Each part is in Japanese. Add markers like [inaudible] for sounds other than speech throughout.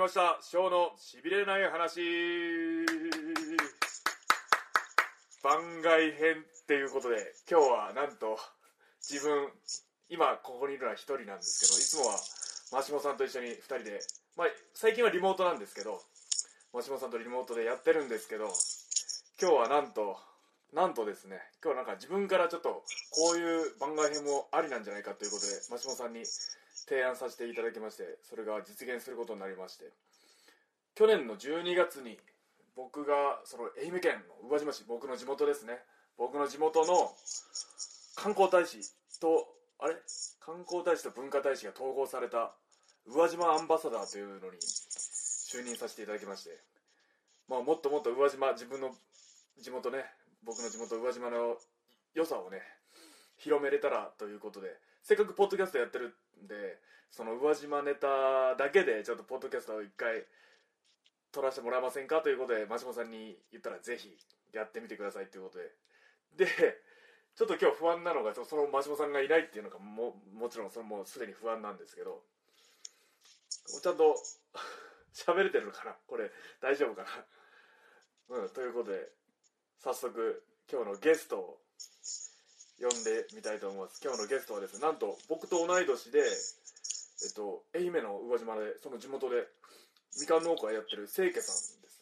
ました。ショーのしびれない話。番外編っていうことで、今日はなんと、自分、今ここにいるのは一人なんですけど、いつもは、マシモさんと一緒に二人で、まあ、最近はリモートなんですけど、マシモさんとリモートでやってるんですけど、今日はなんと、なんとですね、今日はなんか自分からちょっと、こういう番外編もありなんじゃないかということで、マシモさんに提案させていただきましてそれが実現することになりまして去年の12月に僕がその愛媛県の宇和島市僕の地元ですね僕の地元の観光大使とあれ観光大使と文化大使が統合された宇和島アンバサダーというのに就任させていただきまして、まあ、もっともっと宇和島自分の地元ね僕の地元宇和島の良さをね広めれたらということでせっかくポッドキャストやってるんでその宇和島ネタだけでちょっとポッドキャストを一回撮らせてもらえませんかということで真下さんに言ったらぜひやってみてくださいということででちょっと今日不安なのがそその真下さんがいないっていうのがももちろんそれもうすでに不安なんですけどちゃんと [laughs] 喋れてるのかなこれ大丈夫かなうんということで早速今日のゲストを呼んでみたいと思います今日のゲストはですねなんと僕と同い年で、えっと、愛媛の宇和島でその地元でみかん農家をやってる清家さんです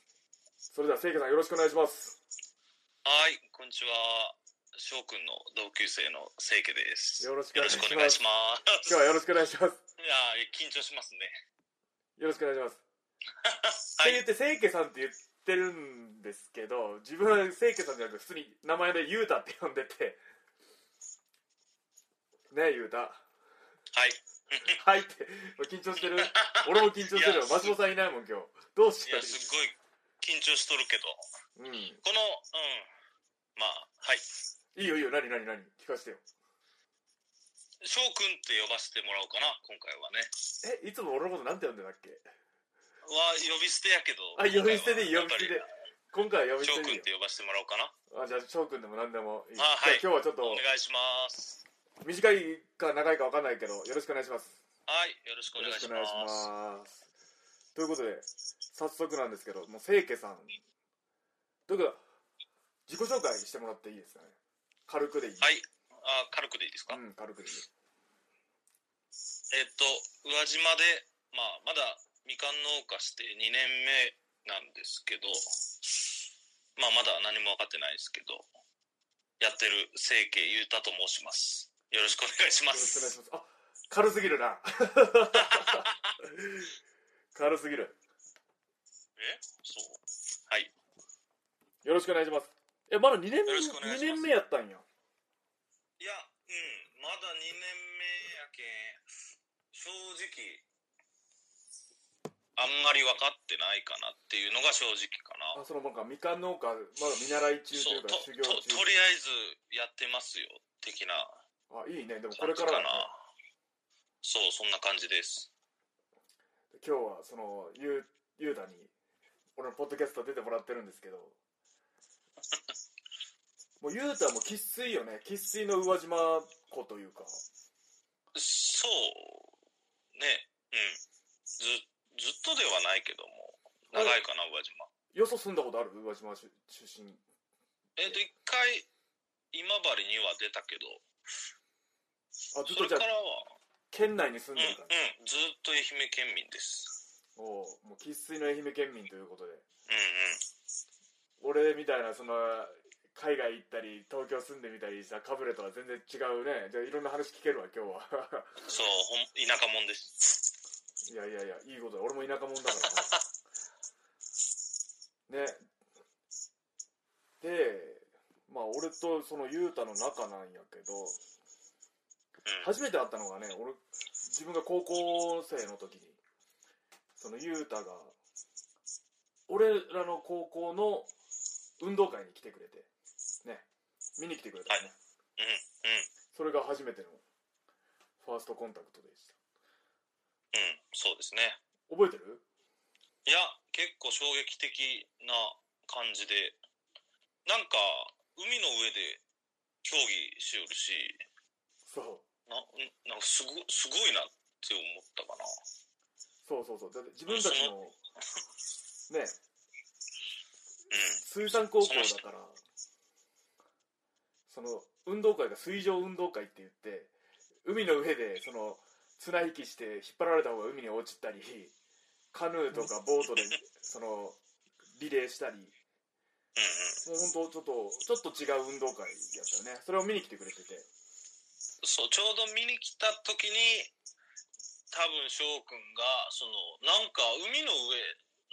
それでは清家さんよろしくお願いしますはい、こんにちは。翔くんの同級生の清家です。よろしくおよ願いろししまくすお願いします。今日はよろしくお願いしますいやー、緊張しますね。よろしくお願いします、はってい言って清家さんって言ってるんですけど自分は清家さんじゃなくて普通に名前でゆうたって呼んでてねえゆうたはい。はいって緊張 [laughs] してる俺も緊張してるよいや松本さんいないもん今日どうしいたや、らいすっごい緊張しとるけど、いうんこの、うん、まあ、はい。いいよいいよ何何何聞かせてよ翔くんって呼ばせてもらおうかな、今回はね。えいつも俺のことなんて呼んでたっけは、呼び捨てやけど。あ呼び捨てでいい今呼び捨てで回はやっぱ今回は呼りび翔捨てくでいいんよって呼ばせてもらおうかな。あじゃあ翔くんでも何でもいいあはいじゃあ今日はちょっおと願いします。短いか長いか分かんないけどよろしくお願いしますはい、よろしくおよろ願いししくお願いします。ますということで早速なんですけどもう清家さんということは自己紹介してもらっていいですかね軽くでいい、はい。あ、軽くでいいですかうん軽くでいいえっと、宇和島で、まあ、まだみかん農家して2年目なんですけど、まあ、まだ何も分かってないですけど、やってる清家裕太と申します。よろしくお願いしよろしくお願いしますます。。あ、軽すぎる [laughs] な。軽すぎる。えそう。はい。よろしくお願いします。え、まだ2年目、よろしくお願いし二ます年目やったんや。いや、うん、まだ2年目やけん、正直、あんまり分かってないかなっていうのが正直かな。あ、そのなんかみかん農家、まだ見習い中とそいううかと修行中と。とりあえずやってますよ、的な。あ、いいね。でもこ感れじからだね、そうそんな感じです今日はそのゆうゆうだに俺のポッドキャスト出てもらってるんですけ [laughs] ど。もうゆうたも生粋よね。生粋の宇和島子というか。そうねうんずずっとではないけども長いかな宇和島よそ住んだことある宇和島出出身。えっ、と一回今治には出たけどあ、ずっそとれじゃかあらは県内に住んうんうでんるから。ずっと愛媛県民ですおうもう生粋の愛媛県民ということでうんうん俺みたいなその海外行ったり東京住んでみたりしたカブレとは全然違うねじゃあいろんな話聞けるわ今日は [laughs] そうほん田舎者ですいやいやいやいいことだ俺も田舎者だからねねでまあ俺とその雄太の仲なんやけどうん初めて会ったのがね俺自分が高校生の時にその雄太が俺らの高校の運動会に来てくれてね見に来てくれたのね、はいうんうんそれが初めてのファーストコンタクトでしたうんそうですね覚えてるいや、結構衝撃的な感じで、なんか、海の上で競技しよるし、そうな、んなんかすご、すごいなって思ったかな。そうそうそうだって自分たちのね水産高校だからその運動会が水上運動会って言って海の上でその綱引きして引っ張られた方が海に落ちたりカヌーとかボートでそのリレーしたりうんうもんう本当ちょっとちょっと違う運動会やったよねそれを見に来てくれててそうちょうど見に来た時に多分翔くんがそのなんか海の上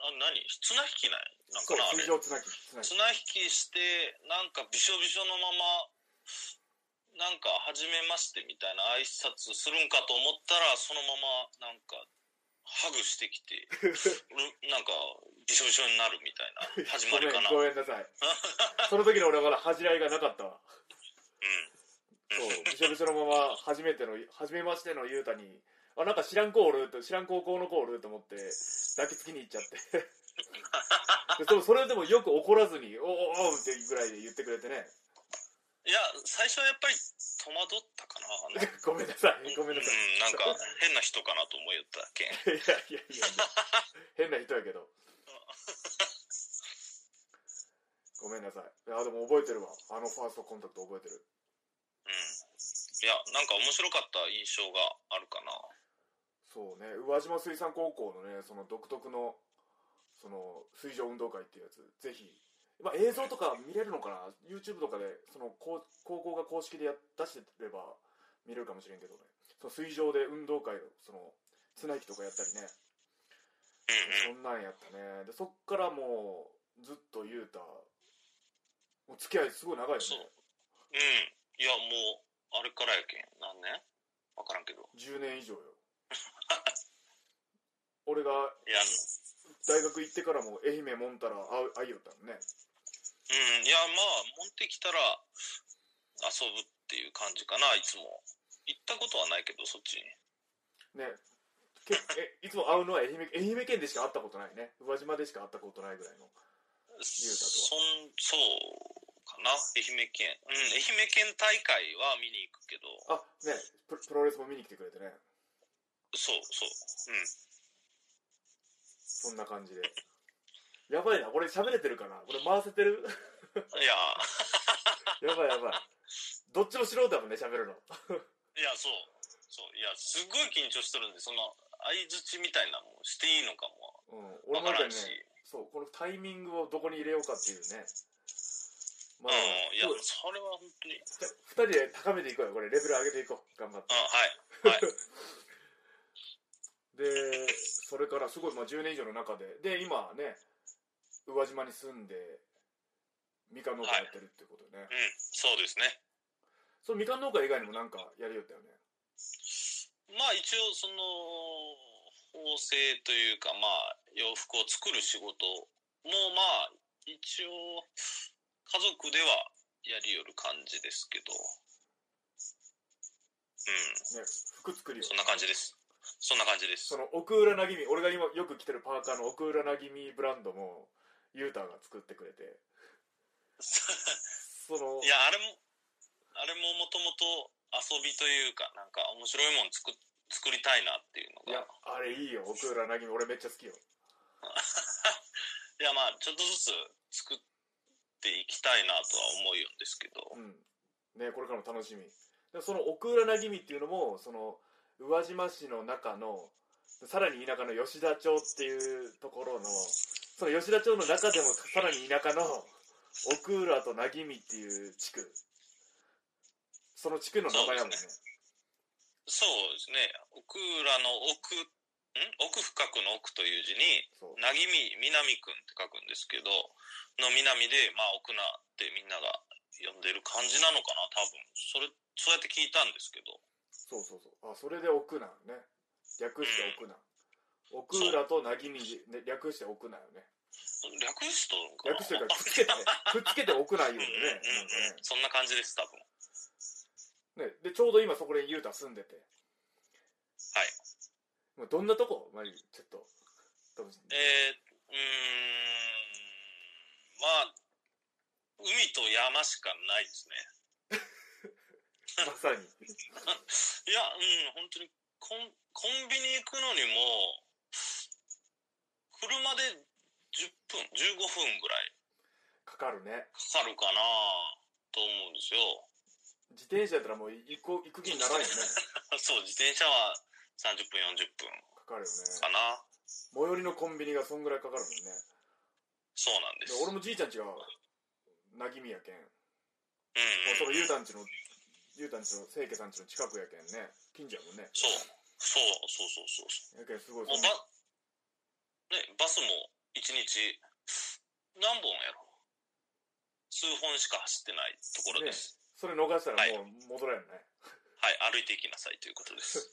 あ何綱引きないなんそかうなあれ水上綱引き綱引き綱引きしてなんかびしょびしょのままなんか「はじめまして」みたいな挨拶するんかと思ったらそのままなんかハグしてき [laughs] てるなんかびしょびしょになるみたいな始まりかなごうんうんめんごめんなさいその時の俺はまだ恥じらいがなかったわそうびしょびしょのまま初めての初めましての雄太に「あなんか知らん子おる」と知らん高校の子おると思って抱きつきに行っちゃってでそそれでもよく怒らずに「おーおーおー」ってぐらいで言ってくれてねいや最初はやっぱり戸惑ったかななんかごめんなさい [laughs] ごうめんんなさいなんか変な人かなと思いよったけんいやいやいやいや変な人やけどごめんなさいいやでも覚えてるわあのファーストコンタクト覚えてるうんいやなんか面白かった印象があるかなそうね宇和島水産高校のねその独特のその水上運動会っていうやつぜひ、まあ、映像とか見れるのかな YouTube とかでその高高校が公式でや出してれば見れるかもしれんけどねその水上で運動会をその綱引きとかやったりねうそんうんんなんやったねでそっからもうずっと雄太もう付き合いすごい長いよねそううんいやもうあれからやけん何年分からんけど10年以上よ俺がいや大学行ってからも愛媛もんたら会う会いよったもんねうんいやまあ持ってきたら遊ぶっていう感じかないつも行ったことはないけどそっちにねけえいつも会うのは愛媛愛媛県でしか会ったことないね宇和島でしか会ったことないぐらいのうたとそんそうかな愛媛県うん愛媛県大会は見に行くけどあねプロプロレスも見に来てくれてねそうそううんそんな感じでやばいな俺喋れてるかな俺回せて [laughs] るいややばいやばいどっちも素人だもんね喋るのいや、そう。そう。いや、すっごい緊張してるんで、その、相槌みたいなのもしていいのかもうん俺もわなからんんかし。ねそうこのタイミングをどこに入れようかっていうねまうあん。いやそう、それは本当に。う2人で高めていこうよこれレベル上げていこう頑張ってん、はい。 [laughs] でそれからすごい、まあ、10年以上の中でで今ね宇和島に住んでみかん農家やってるってことでね、うん、そうですね。そのみかん農家以外にもなんかやりよったよねまあ、一応、その、縫製というか、まあ、洋服を作る仕事も、まあ、一応、家族ではやりよる感じですけど。うん、ね服作りをそんな感じです。そんな感じですそ。の奥浦なぎみ俺が今よく着てるパーカーの奥浦なぎみブランドもゆうたが作ってくれ [laughs] てそのいや、あれも、あれももともと遊びというか、なんか面白いもん作っ作りたいなっていうのいやが。あれいいよ奥浦なぎみ俺めっちゃ好きよいや、まあ、ちょっとずつ作っていきたいなとは思うようんですけど。ううんねこれからも楽しみでその奥浦なぎみっていうのもその宇和島市の中のさらに田舎の吉田町っていうところのその吉田町の中でもさらに田舎の奥浦となぎみっていう地区その地区の名前やもんねそうですね。奥浦の奥、ん奥深くの奥という字に、そうなぎみ、みなみくんって書くんですけど、のみなみで、まあ、奥なってみんなが呼んでる感じなのかな、多分。それ、そうやって聞いたんですけど。そうそうそうあそれで奥なんね略して奥なん奥浦となぎみで略して奥なんよね略しとるんかな略してるからくっつけてねくっつけて奥なん言うよねうんうんうんなんかねそんな感じです、多分。ね、でちょうど今そこに雄太住んでてはいもうどんなとこマリちょっとどうしえー、うーん、まあ、海と山しかないですね。まさにいや、うん、本当にコン、コンビニ行くのにも、車で10分、15分ぐらいかかるねかかるかなと思うんで自すよ。 [laughs] 転車やったらもう行く行く気にならんよねそう、自転車は30分、40分かかるよねかな。最寄りのコンビニがそんぐらいかかるもんねそうなんで。です俺もじいちゃんちがなぎみやけんもううんそうん、のゆうたんちのゆうたんちの清家さんちの近くやけんね近所やもんねそう、そう、そうそうそうそ。やけんすごいうもうバ、ね、バスも1日、何本やろ数本しか走ってないところです。それ逃したらもう戻れんね、はい、歩いていきなさいということです。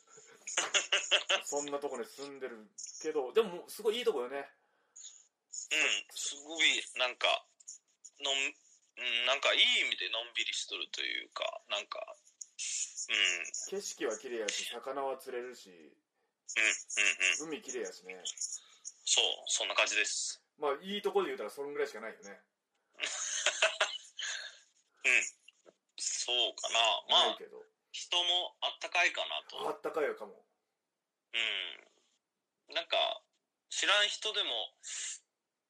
[laughs] そんなとこに住んでるけどでももうすごいいいとこよねうん、すごい、なんか、のん、うんなんかいい意味でのんびりしとるというか、なんか、うん、うん、うん、景色は綺麗やし魚は釣れるしうん。海綺麗やしねそう、そんな感じです。まあいいとこで言うたらそんぐらいしかないよねそうかな。ないまあ、けど人もあったかいかなあと。ったかいよかもうん。なんか、知らん人でも、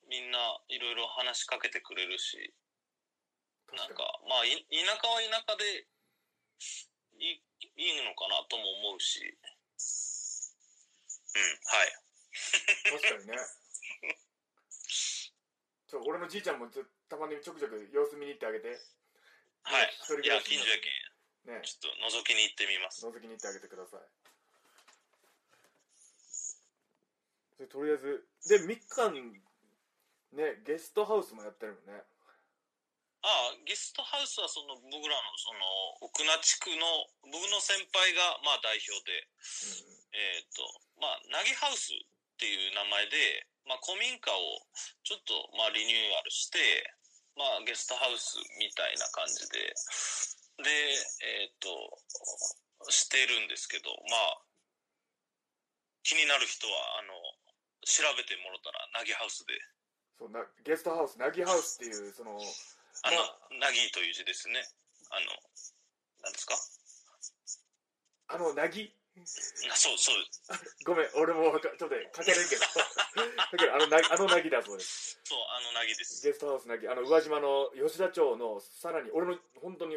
みんないろいろ話しかけてくれるし、なん確かか、まあ、い田舎は田舎で、いい、いいのかなとも思うし。うん、はい。に確かにね [laughs] ちょ俺のじいちゃんもちょたまにちょくちょく様子見に行ってあげてはい。一人暮いやら、し近所やけん、ねねちょっと覗きに行ってみます。覗きに行ってあげてくださいでとりあえずでみかんねゲストハウスもやってるもんねああ、ゲストハウスはその僕らのその奥名地区の僕の先輩がまあ代表で、えっ、と、まあ、なぎハウスっていう名前で、まあ、古民家をちょっとまあリニューアルして、まあ、ゲストハウスみたいな感じで、で、えっ、と、してるんですけど、まあ、気になる人は、あの、調べてもろたら、なぎハウスで、うん、そうなゲストハウスなぎハウスっていうそのあのま、なぎという字ですね。あの、なんですかあのなぎなそう、そう、ごめん俺もわかちょっと書けるけどだけどあのなあのなぎだそうですそう、あのなぎです。ゲストハウスなぎあの宇和島の吉田町のさらに俺の本当に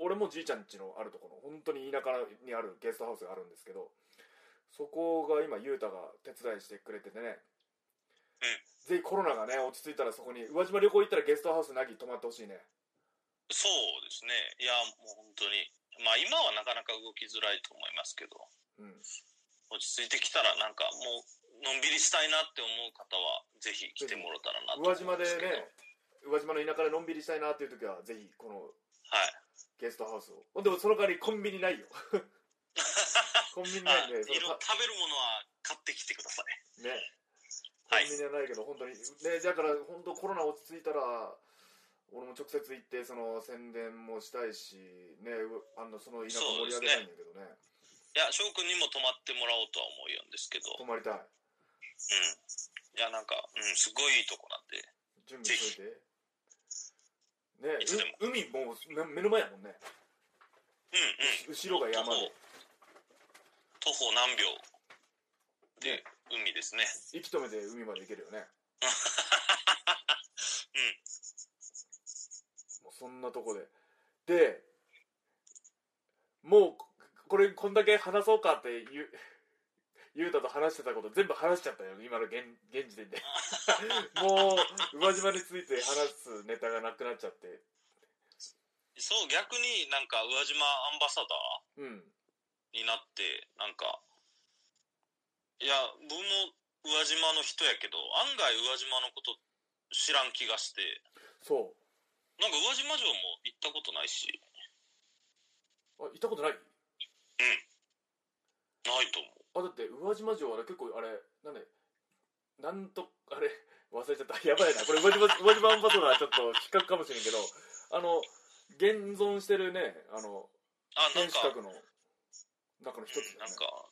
お俺もじいちゃん家のあるところ本当に田舎にあるゲストハウスがあるんですけどそこが今雄太が手伝いしてくれててね、ぜひコロナがね落ち着いたらそこに宇和島旅行行ったらゲストハウスなぎ泊まってほしいねそうですね。いや、もう本当に。まあ今はなかなか動きづらいと思いますけど、うん落ち着いてきたらなんかもう、のんびりしたいなって思う方は、ぜひ来てもらえたらなと宇思和島うんですけど。ね宇和島の田舎でのんびりしたいなっていう時はぜひこのはい。ゲストハウスをほんでもその代わりコンビニないよ [laughs] コンビニなあいんいろ [laughs] でいそのろ食べるものは買ってきてください。ねはいコンビニはないけど本当にねだから本当コロナ落ち着いたら俺も直接行ってその宣伝もしたいしねうあのその田舎盛り上げたいんだけどねいや、翔くんにも泊まってもらおうとは思うんですけど、う泊ん。まりたいいや、なんか、うん、すごいいいとこなんで。準備しといてねいつでもう海もうめ目の前やもんねうんうん。後ろが山で徒歩何秒で海ですね。息止めて海まで行けるよねもうそんなとこででもうここれこんだけ話そうかってゆゆうたと話してたこと全部話しちゃったよ今の現現時点でもう宇和島について話すネタがなくなっちゃってそう、逆になんか宇和島アンバサダーうんになって、なんか、いや、僕も宇和島の人やけど、案外宇和島のこと知らん気がして、そなんか宇和島城も行ったことないし、うあ行ったことないないと思う。あだって宇和島城はね結構あれなんでなんとあれ [laughs] 忘れちゃったやばいなこれ宇和島宇和島アンバサダーちょっと比較かもしれんけどあの現存してるねあのあ、な天ん守か、閣の中の一つうんだなよんねか、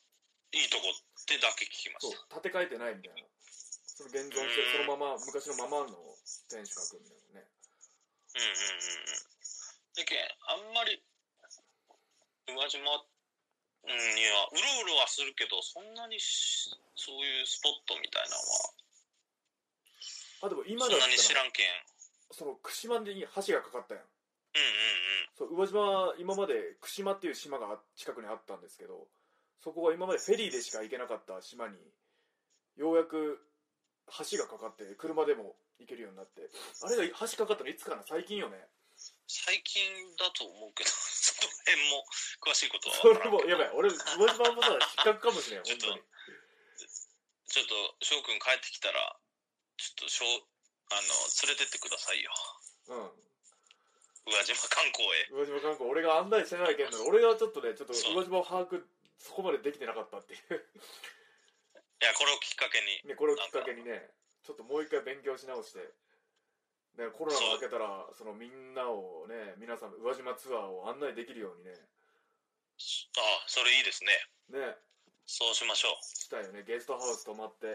いいとこってだけ聞きまそうした。建て替えてないみたいなその現存してるそのまま昔のままの天守閣みたいなねうんうんうんうん。だけんあんまり、宇和島、うん、いや、うろうろはするけど、そんなにしそういうスポットみたいなのはあでも今そだったんならに知らんけんその串間に橋がかかったやんうんそう宇和島今まで串間っていう島が近くにあったんですけどそこが今までフェリーでしか行けなかった島にようやく橋がかかって車でも行けるようになってあれが橋かかったのいつかな最近よね最近だと思うけど [laughs] その辺も詳しいことそはれ分からんもやばい俺宇和島もさ失格かもしれんちょ本っ当とにちょっと翔くん帰ってきたらちょっと翔あの連れてってくださいよ宇和島観光うへん宇和島観光俺が案内してないけんのに俺がちょっとねちょっと宇和島把握そこまでできてなかったっていういやこれをきっかけにね、これをきっかけにね、ちょっともう一回勉強し直して、ね、コロナが明けたら、そのみんなをね、皆さん、宇和島ツアーを案内できるようにね、ああそれいいですねね、そうしましょうしたいよね、ゲストハウス泊ま [laughs] って、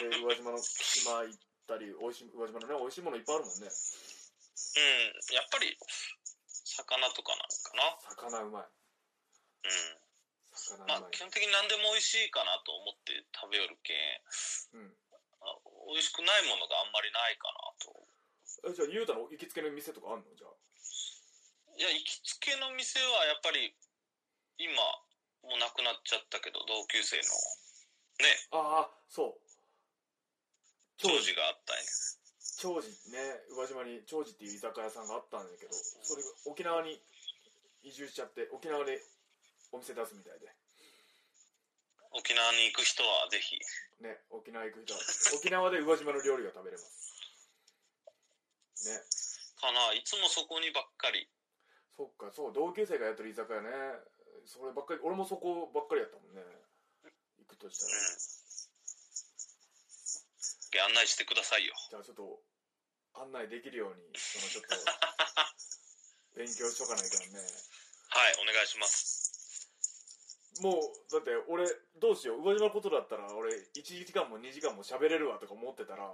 で、宇和島の島行ったり、美味しい、宇和島のね、美味しいものいっぱいあるもんね。うんやっぱり魚とかなんかな魚うまい。魚ううんまあまい。基本的に何でも美味しいかなと思って食べよるけんうん。あ美味しくないものがあんまりないかなえとじゃあ、ゆうたの行きつけの店とかあんのじゃあ。いや行きつけの店はやっぱり今もうなくなっちゃったけど同級生のああ、そう。長長寿寿があったんや長寿ね宇和島に長寿っていう居酒屋さんがあったんだけどそれが沖縄に移住しちゃって沖縄でお店出すみたいで沖縄に行く人はぜひね沖縄行く人は沖縄で宇和島の料理が食べれますねかないつもそこにばっかりそっかそう同級生がやってる居酒屋ねそればっかり俺もそこばっかりやったもんね行くとしたらで案内してくださいよじゃあちょっと案内できるようにそのちょっと勉強しとかないからねはいお願いしますもうだって俺どうしよう宇和島のことだったら俺1時間も2時間も喋れるわとか思ってたらう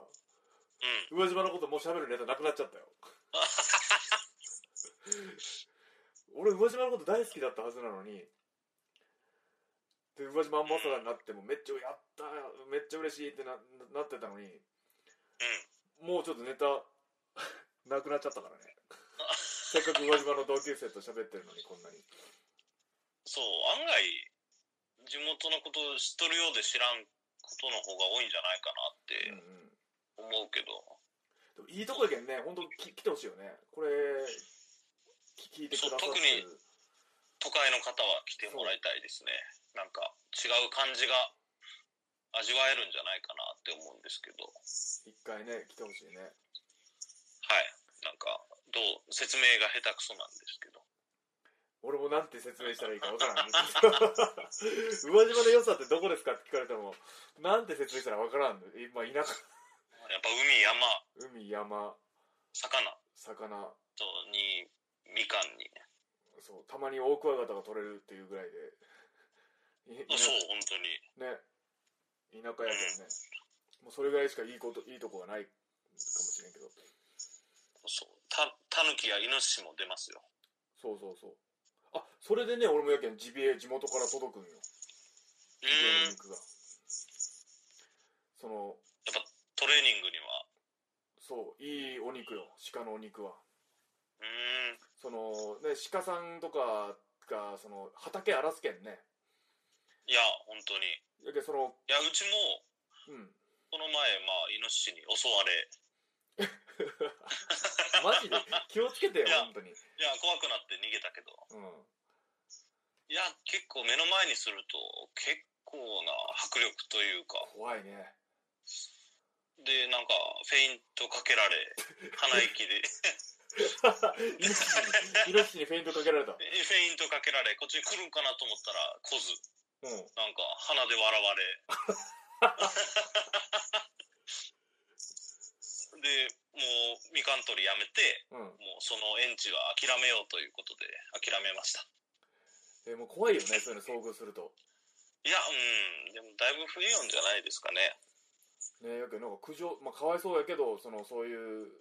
ん宇和島のこともう喋るネタなくなっちゃったよ俺宇和島のこと大好きだったはずなのにで宇和島アンバサダーになってもめっちゃやっためっちゃ嬉しいってなななってたのにもうちょっとネタ [laughs] なくなっちゃったからねせっかく宇和島の同級生と喋ってるのにこんなにそう案外地元のことを知っとるようで知らんことの方が多いんじゃないかうんうなってん思うけど、でもいいとこやけんね、本当き来てほしいよね。これ、き聞いてくださってそう特に都会の方は来てもらいたいですねなんか違う感じが味わえるんじゃないかなって思うんですけど一回ね、来てほしいね。はいなんかどう説明が下手くそなんですけど俺もなんて説明したらいいかわからん。宇和島の良さってどこですかって聞かれても、なんて説明したらわからん。今、田舎、やっぱ海山海、山、魚魚、とにみかんにそう、たまに大クワガタが取れるっていうぐらいで。いあそう本当にね、田舎やけんね。もうそれぐらいしかいいこと、いいとこがないかもしれんけど。そうたたぬきやイノシシも出ますよそうそうそう。あ、それでね、俺もやけん、ジビエ、地元から届くんよ。うジビエのん肉が。その、トレーニングにはそう、いいお肉よ、鹿のお肉は。うんその、ね、鹿さんとかが、その、畑荒らすけんね。いや本当にいやけんその、やうちもうん。この前まあイノシシに襲われマジ [laughs] で、気をつけてよい、や本当に。いや怖くなって逃げたけどうん。いや結構目の前にすると結構な迫力というか怖いね。でなんかフェイントかけられ鼻息で [laughs] イノシシに、イノシシにフェイントかけられた。うん。フェイントかけられこっちに来るんかなと思ったら来ずなんか鼻で笑われ [laughs] でもうみかん取りやめてうん。もうその園地は諦めようということで諦めましたえ、もう怖いよね、そういうの遭遇すると。いやうんでもだいぶ不良んじゃないですかねねやけどなんか苦情、まあ、かわいそうやけどそのそういう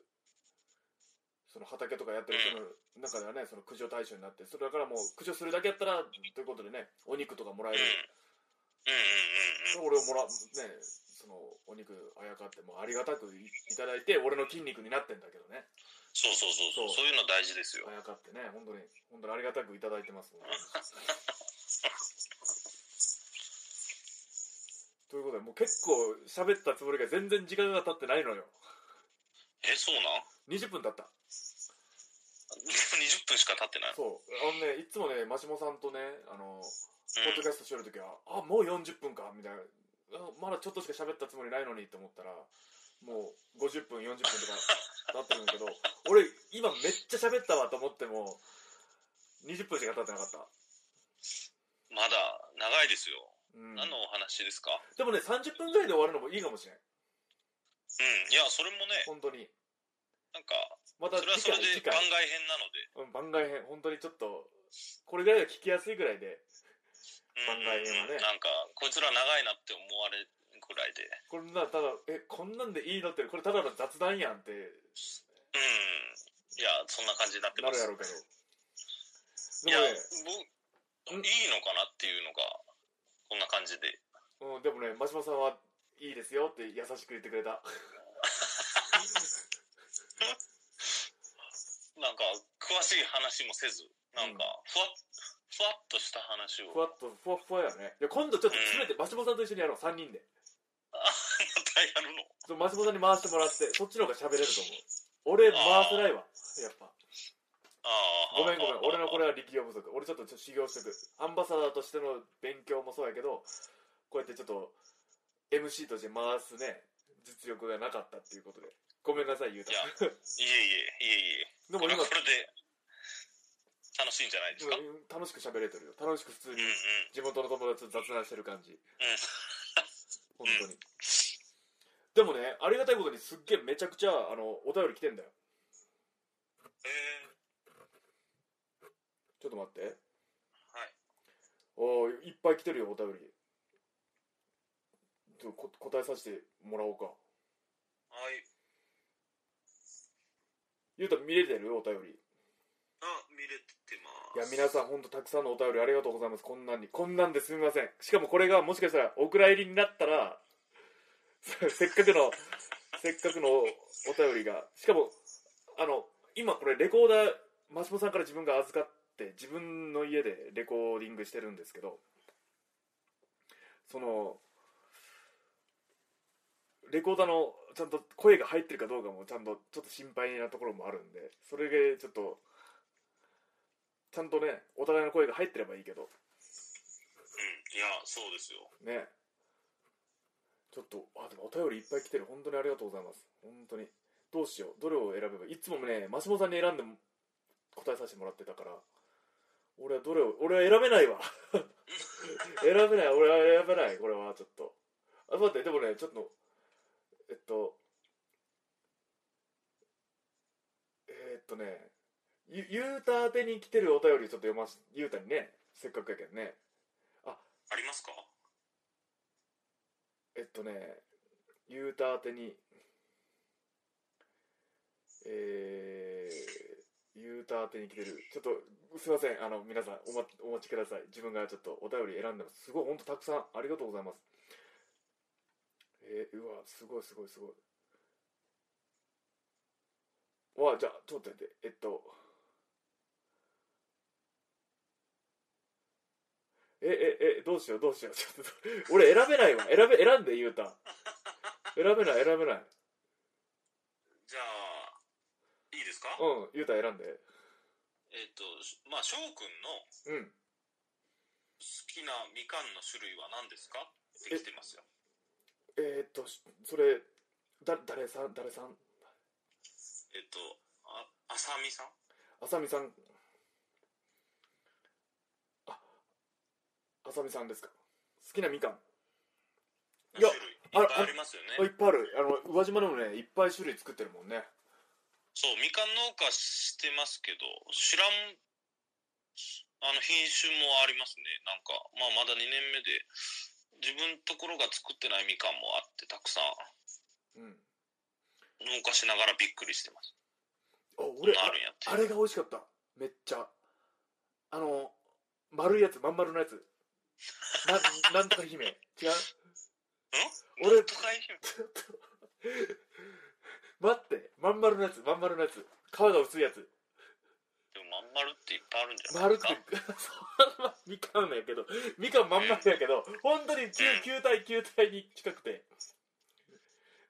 その畑とかやってる人の中ではねその苦情対象になってそれだからもう苦情するだけやったらということでねお肉とかもらえるうんうんうんうん俺をもらねそのお肉あやかってもうありがたくいいただいて俺の筋肉になってんだけどねそうそうそうそうそそういうの大事ですよあやかってね本当に本当にありがたくいただいてます、ね、ということでもう結構喋ったつもりが全然時間が経ってないのよえそうなん [laughs] 20分経った ?20 分しか経ってないのそうあのねいつもねマシモさんとねあのポッドキャストしてるときは、あ、もう40分か、みたいな。あまだちょっとしか喋ったつもりないのにって思ったら、もう50分、40分とかなってるんだけ [laughs] ど、俺、今めっちゃ喋ったわと思っても、20分しか経ってなかった。うん、まだ長いですよ、うん、何のお話ですかうでもね、30分ぐらいで終わるのもいいかもしれん。んいやそれもね本当に。なんかまたそれは次それ回、で次番回。外編なのでうん、番外編。本当にちょっと、これぐらいが聞きやすいぐらいで、番外編はねうんうんうんなんかこいつら長いなって思われるぐらいでこんな、ただ、え、こんなんでいいのって、これただの雑談やんってうんいやそんな感じになってなまるすやろうけど。いやでもね、僕いいんのかなっていうのがこんな感じでうん、でもね、真島さんは、いいですよって優しく言ってくれた。なんか詳しい話もせずなんかふわっふわっとした話をふわっと、ふわっふわやね。いや、今度ちょっと詰めて、真島さんと一緒にやろう、3人で。 [laughs] またやるのその真島さんに回してもらって、そっちの方が喋れると思う。俺、回せないわ。やっぱ。ああごめんごめん、俺のこれれは力量不足。俺ちょっと修行しとく。アンバサダーとしての勉強もそうやけど、こうやってちょっと、MC として回すね、実力がなかったっていうことで。ごめんなさい、言うたい。やいえいえいえいえでもこれ今、これで楽しいんじゃないですかうんうんうん楽しく喋れてるよ。楽しく普通にう地元の友達と雑談してる感じん本当にでもねありがたいことにすっげえめちゃくちゃあのお便り来てんだよえーちょっと待ってはいおーいっぱい来てるよお便りちょっとこ答えさせてもらおうかはいゆうた見れてるお便りあ見れてまいやす皆さんほんとたくさんのお便りありがとうございますこんなんにこんなんですみませんしかもこれがもしかしたらお蔵入りになったら [laughs] せっかくのせっかくのお便りがしかもあの今これレコーダーマシモさんから自分が預かって自分の家でレコーディングしてるんですけどそのレコーダーのちゃんと声が入ってるかどうかもちゃんとちょっと心配なところもあるんでそれでちょっとちゃんとねお互いの声が入ってればいいけどうんいやそうですよねちょっとあでもお便りいっぱい来てる本当にありがとうございます本当にどうしようどれを選べばいいいつもねマシモさんに選んでも答えさせてもらってたから俺はどれを俺は選べないわ [laughs] 選べない俺は選べないこれはちょっとあ待ってでもねちょっとえっとえーっとねゆゆうた宛てに来てるお便りちょっと読ましゆうたにねせっかくやけどねありますかえっとね、ユータ宛てに、えー、ユータ宛てに来てる。ちょっと、すいません。あの、皆さんお待、お待ちください。自分がちょっとお便り選んでます。すごい、ほんとたくさん。ありがとうございます。えー、うわ、すごい、すごい、すごい。わ、じゃあ、ちょっと待って。えっと、え、え、え、どうしよう、どうしよう。ちょっと、俺選べないわ。選べ、選んで、ユータ。選べない、選べない。じゃあいいですかうん、ユータ選んで。えっ、としまあ翔くんのうん。好きなみかんの種類は何ですかって来てますよえー、っと、しそれ、だ、誰さん、誰さんえっ、とああさみさんあさみさん。あ、あさみさんですか。好きなみかん。いやの種類いっぱいありますよあいっねぱいある。あの、宇和島でもね、いっぱい種類作ってるもんね。そうみかん農家してますけど知らんあの品種もありますねなんかまあまだ2年目で自分ところが作ってないみかんもあってたくさうんん。農家しながらびっくりしてますあ、こん俺、なああるんやってあれが美味しかった。めっちゃ。あの、丸いやつ、まん丸のやつ。な、なんとか姫。違う俺なんとか愛媛待ってまん丸のやつまん丸のやつ皮が薄いやつでもまん丸っていっぱいあるんじゃない丸でくすて [laughs] かそんなみかんやけどみかんまん丸やけど本当に 9, 9対9対に近くて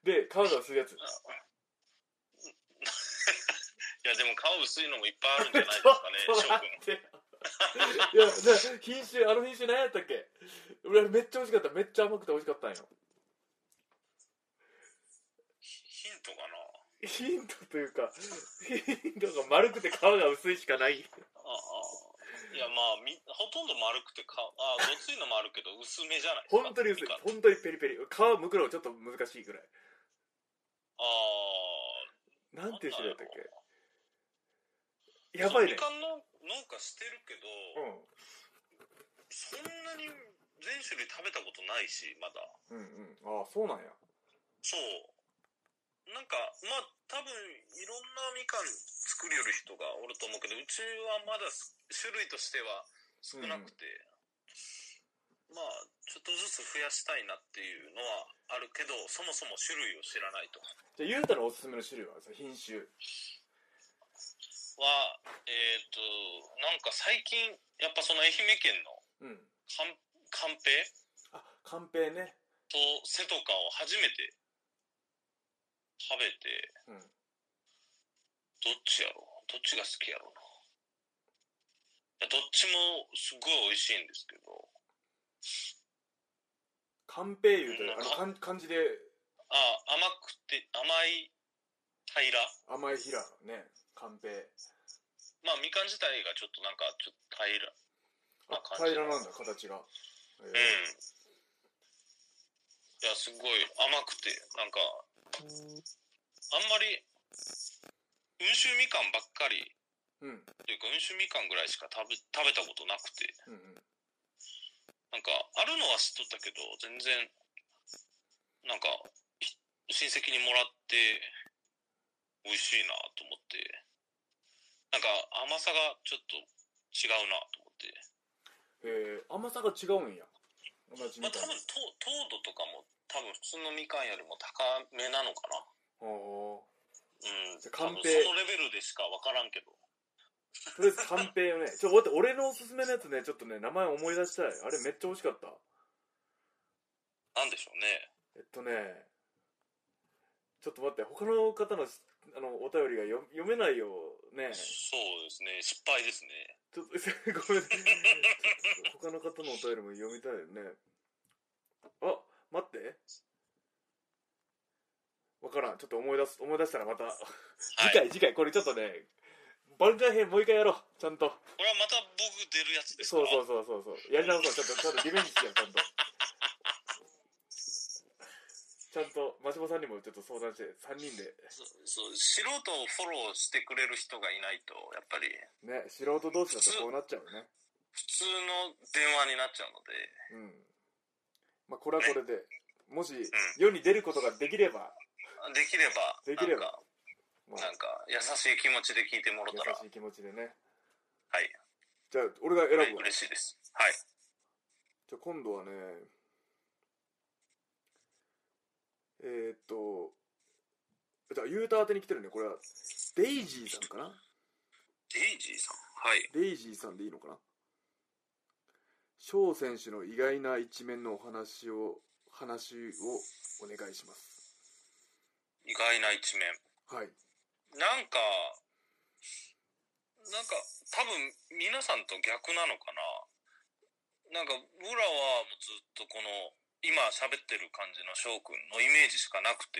で皮が薄いやついやでも顔薄いのもいっぱいあるんじゃないちょっですとかね翔待 [laughs] っくんていやな品種あの品種何やったっけ俺あれめっちゃ美味しかっためっちゃ甘くて美味しかったんよヒントかなヒントというかヒントが丸くて皮が薄いしかないああいやまあみほとんど丸くてかああごついのもあるけど薄めじゃないですか本当に薄いみかん本当にペリペリ皮むくのがちょっと難しいぐらいあなんていう種類やったっけあやばいねみかんの農家してるけど、うそんなに全種類食べたことないしまだんうんうんああそうなんやそうなんかまあ多分いろんなみかん作りよる人がおると思うけどうちはまだす種類としては少なくて、まあちょっとずつ増やしたいなっていうのはあるけどそもそも種類を知らないとじゃあゆうたのおすすめの種類はその品種はえっ、となんか最近やっぱその愛媛県のうんかんカンペあカンペねとセとかを初めて食べてうんどっちやろうどっちが好きやろうないやどっちもすごい美味しいんですけどカンペいうとあのかん漢字であ甘くて甘い平ら甘い平ねカンペまあみかん自体がちょっとなんかちょっと平らああ漢字平らなんだ形がへうんいやすごい甘くてなんかあんまり温州みかんばっかりえうんというか温州みかんぐらいしか食べ食べたことなくてうんうんなんかあるのは知っとったけど全然なんかひ親戚にもらって美味しいなと思ってなんか甘さがちょっと違うなと思っへえて甘さが違うんや同じみまあ多たい分糖糖度とかも多分普通のみかんよりも高めなのかななおうんじゃあ多鑑分そ定のレベルでしか分からんけどーとりあえずカンペよねちょっと待って俺のおすすめのやつねちょっとね名前思い出したいあれめっちゃ美味しかったなんでしょうねえっとねちょっと待って他の方のあのお便りが読読めないよねそうですね失敗ですねちょっと [laughs] ごめん、ね、他の方のお便りも読みたいよねあ待ってわからんちょっと思い出す思い出したらまたは次い回次回これちょっとね番外編もう一回やろうちゃんとこれはまた僕出るやつですかそうそううそうそうそうやり直そうちょっとちゃんとリベンジしようちゃんとちゃんと真島さんにもちょっと相談して3人でそう素人をフォローしてくれる人がいないとやっぱりね素人同士だとこうなっちゃうね普通の電話になっちゃうのでうんまあこれはこれでもし世に出ることができれば、できればできればまなんかあなん、か優しい気持ちで聞いてもらったら優しい気持ちでねはいじゃあ俺が選ぶわ、じゃ嬉しいですはいあ今度はねえー、っとじゃあユータ宛てに来てるねこれはデイジーさんかなデイジーさんはいデイジーさんでいいのかな翔選手の意外な一面のお話を話をお願いします意外な一面はいなんかなんか多分皆さんと逆なのかななんか僕らはもうずっとこの今喋ってる感じの翔くんのイメージしかなくて、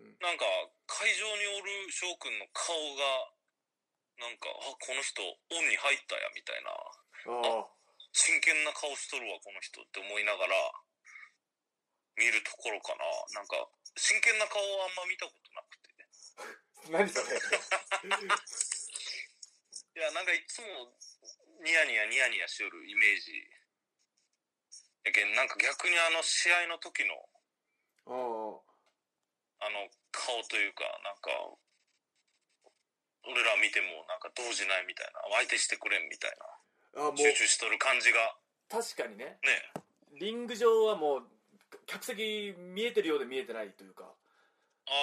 うんなんか会場におる翔くんの顔がなんかあこの人オンに入ったやみたいなああ真剣な顔しとるわこの人って思いながら見るところかななんか真剣な顔はあんま見たことなくて何それいやなんかいつもニヤニヤニヤニヤしよるイメージやけんなんか逆にあの試合の時のあああの顔というかなんか俺ら見てもなんか動じないみたいな相手してくれんみたいああもうな集中しとる感じが確かにねねリング上はもう客席見えてるようで見えてないというか、ああ、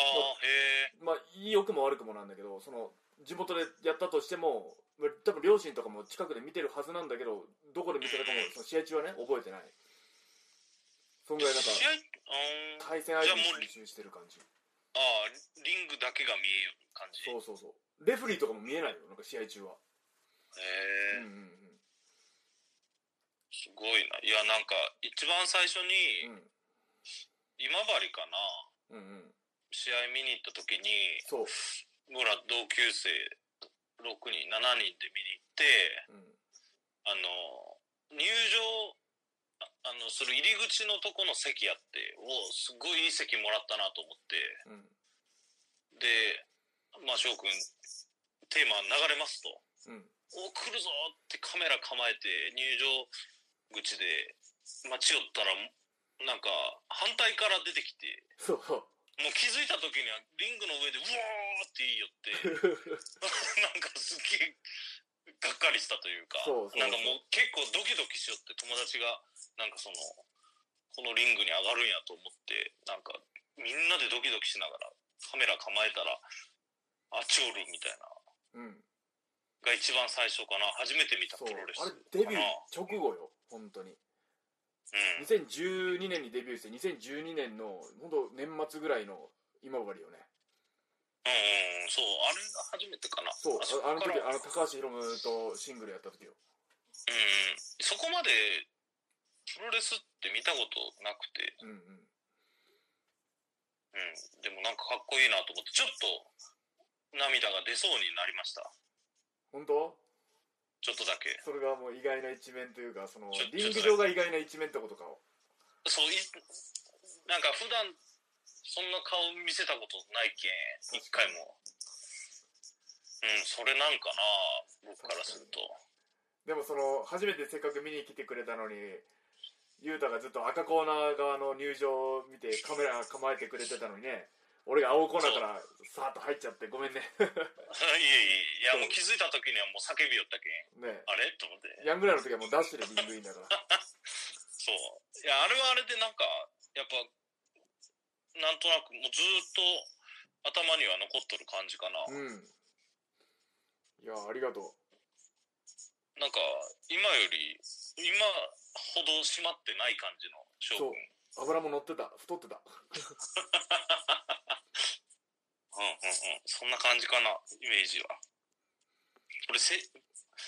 へえ。まあ、良くも悪くもなんだけど、その、地元でやったとしても、まあ多分両親とかも近くで見てるはずなんだけど、どこで見せたかも、その試合中はね、覚えてない。そんぐらいなんか、試合、あー対戦相手に集中してる感じ。あー、リングだけが見える感じ。へそうそうそう。レフェリーとかも見えないよ、なんか試合中は。うんえ、うんすごいな。いや、なんか、一番最初うに、ん。今治かな、うんうんうん。試合見に行った時に、そう。僕ら同級生6人、7人で見に行って、うん。あの、入場、ああの、する入り口のとこの席やって、おーすごいいい席もらったなと思っうん。て、で、まあ、翔くん、テーマ流れますうと。ん。おー来るぞーってカメラ構えて入場口で待ち寄ったらなんか反対から出てきてそうそう。もう気づいた時にはリングの上でうわーって言いよって [laughs] なんかすっげえがっかりしたというかそうそうそうなんかもう結構ドキドキしよって友達がなんかそのこのリングに上がるんやと思ってなんかみんなでドキドキしながらカメラ構えたらあっちおるみたいなうん。が一番最初かな初めて見たそプう。ロレスあれ、デビューかな直後よ、本当に。うん2012年にデビューして、2012年の、本当年末ぐらいの今治よね。うんうん、そう、あれが初めてかな。そう。あそああこの時、あからの、高橋宏夢とシングルやった時よ。うんうん、そこまで、プロレスって見たことなくて、うんうん。うん、でもなんかかっこいいなと思って、ちょっと、涙が出そうになりました。本当ちょっとだけ。それがもう意外な一面というか、そのちょ、リング上が意外な一面ってことかを。そうい、なんか普段、そんな顔見せたことないけん、一回も。うん、それなんかな、僕からすると。 [laughs] でもその、初めてせっかく見に来てくれたのに、ゆうたがずっと赤コーナー側の入場を見てカメラ構えてくれてたのにね、俺が青コーナーからさーっと入っちゃってごめんね。いえいえ、いやもう気づいた時にはもう叫びよったけん、ねあれと思って。ヤングライオンの時はもうダッシュでリングインだから。そう。いや、あれはあれでなんか、やっぱ、なんとなくもうずーっと頭には残っとる感じかな。うん。いや、ありがとう。なんか、今より、今ほど締まってない感じの翔くん。そう油も乗ってた。太ってた。うんうんうん。そんな感じかな、イメージは。これせ、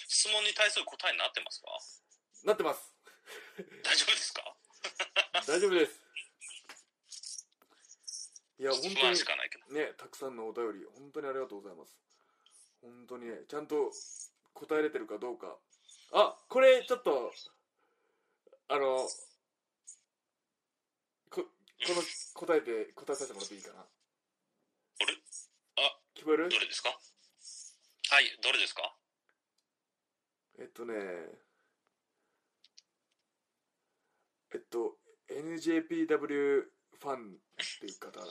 質問に対する答えになってますかなってます。大丈夫ですか大丈夫です。いや、本不当に。安しかないけど。ね、たくさんのお便り、本当にありがとうございます。本当にね、ちゃんと答えれてるかどうか。あ、これ、ちょっと、あの、こ、この答えて、答えさせてもらっていいかな。あれあ聞こえるどれですかはい、どれですかえっとね、えっと、NJPW ファンっていう方、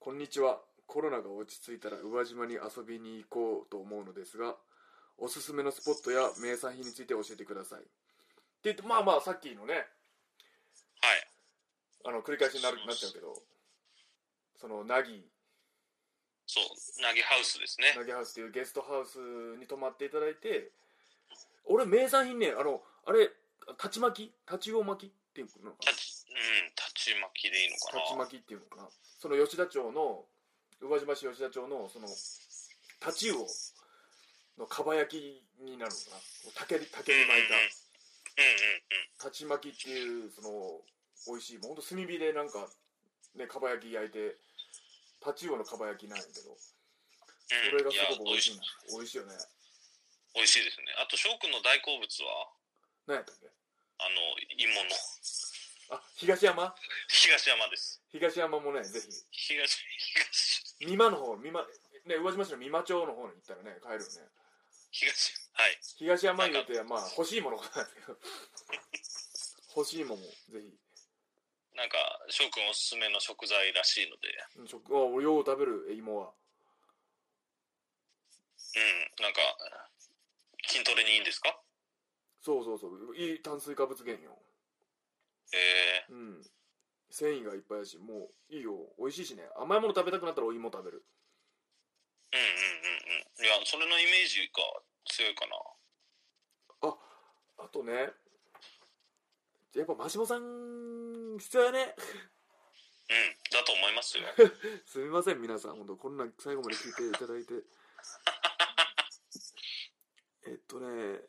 こんにちは。コロナが落ち着いたら宇和島に遊びに行こうと思うのですが、おすすめのスポットや名産品について教えてください。って言って、まあまあ、さっきのね、はい。あの、繰り返しになるなっちゃうけど、その、ナギ、そう、なぎハウスですね。ナギハウスっていうゲストハウスに泊まっていただいて俺名産品ねあのあれ立ち巻き立ち魚巻きっていうのかな立ち、うん、立ち巻きでいいのか立ちな。巻きっていうのかなその吉田町の宇和島市吉田町のその立ち魚のかば焼きになるのかな竹に竹に巻いうんうんうん。た立ち巻きっていうその美味しいもうほんと炭火でなんかねかば焼き焼いて立ち魚のかば焼きなんやけどそれうんがすごく美味しいいやな美味しいよね美味しいですね。あと、翔くんの大好物は、何やったっけあの、芋の [laughs] あ東山東山です。東山もね、ぜ東、東、ひ、美馬の方、美馬、ね、宇和島市の美馬町の方に行ったらね、帰るよね。東、はい。東山言うて、まあ、欲しいものかなんですけど。 [laughs] 欲しいものも、ぜなんか、翔くんおすすめの食材らしいので、ひ。うん食、あ、およう食べる、芋は。うん、なんか、筋トレにいいんですかそうそうそう、いい炭水化物源よ。えうん繊維がいっぱいだしもういいよ美味しいしね甘いもの食べたくなったらお芋食べるー、うんうんうんうん。いや、それのイメージが強いかな。あとねやっぱ真島さん必要やねうん、だと思 [laughs] いますよ。すみません皆さん本当こんなん最後まで聞いていただい [laughs] てえっとね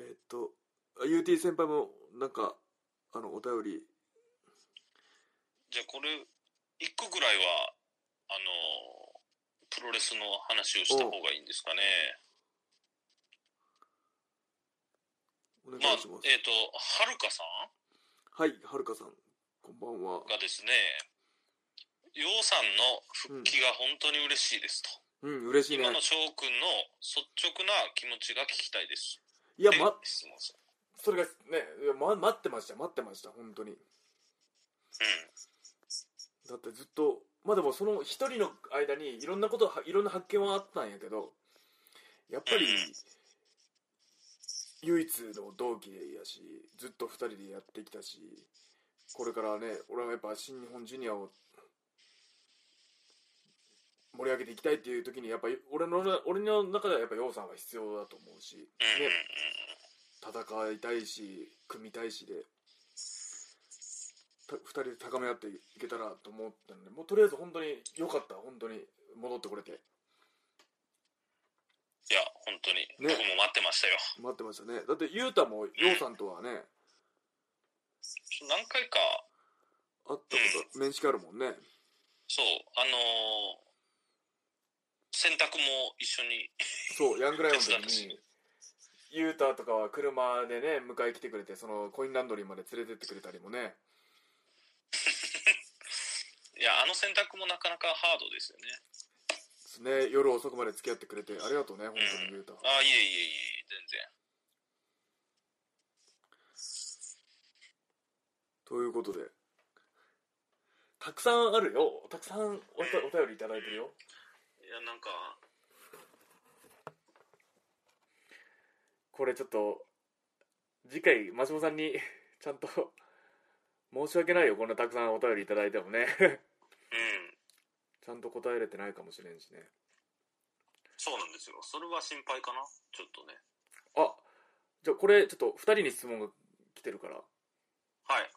えっとあ UT 先輩もなんかあのお便りじゃあこれ、一個ぐらいは、あのー、プロレスの話をした方がいいんですかね。お願いまあ、えっ、します、と、はるかさんはいはるかさんこんばんはがですね、ようさんの復帰が本当に嬉しいですと。うん嬉しいね今の翔くんの率直な気持ちが聞きたいです。いやでま質問するそれがねいや、ま、待ってました待ってました本当にだってずっとまあでもその一人の間にいろんなことはいろんな発見はあったんやけどやっぱりうん唯一の同期やしずっと二人でやってきたしこれからね俺はやっぱ新日本ジュニアを盛り上げていきたいっていう時にやっぱり俺の俺の中ではやっぱ陽さんは必要だと思うし、ね、うん。うん、うん、う戦ん。いたいし組みたいしでた2人で高め合っていけたらと思ったのでもうとりあえず本当に良かった本当に戻ってこれていや、本当に、ね僕も待ってましたよ。待ってましたねだって雄太も陽さんとはね何回会か、ったこと面識あるもんねそう、あのー洗濯も一緒に、そうヤングライオンズ手伝ったにし雄太とかは車でね迎え来てくれてそのコインランドリーまで連れてってくれたりもねいや、あの洗濯もなかなかハードですよね。ね夜遅くまで付き合ってくれてありがとうね本当に雄太あ、いえいえいえ、全然。ということでたくさんあるよたくさんおたお便りいただいてるよいや、なんか、これちょっと次回真下さんにちゃんと申し訳ないよこんなたくさんお便りいただいてもね [laughs] うん、ちゃんと答えれてないかもしれんしねそうなんですよ。それは心配かな、ちょっとね。あじゃあこれちょっと2人に質問が来てるからはい。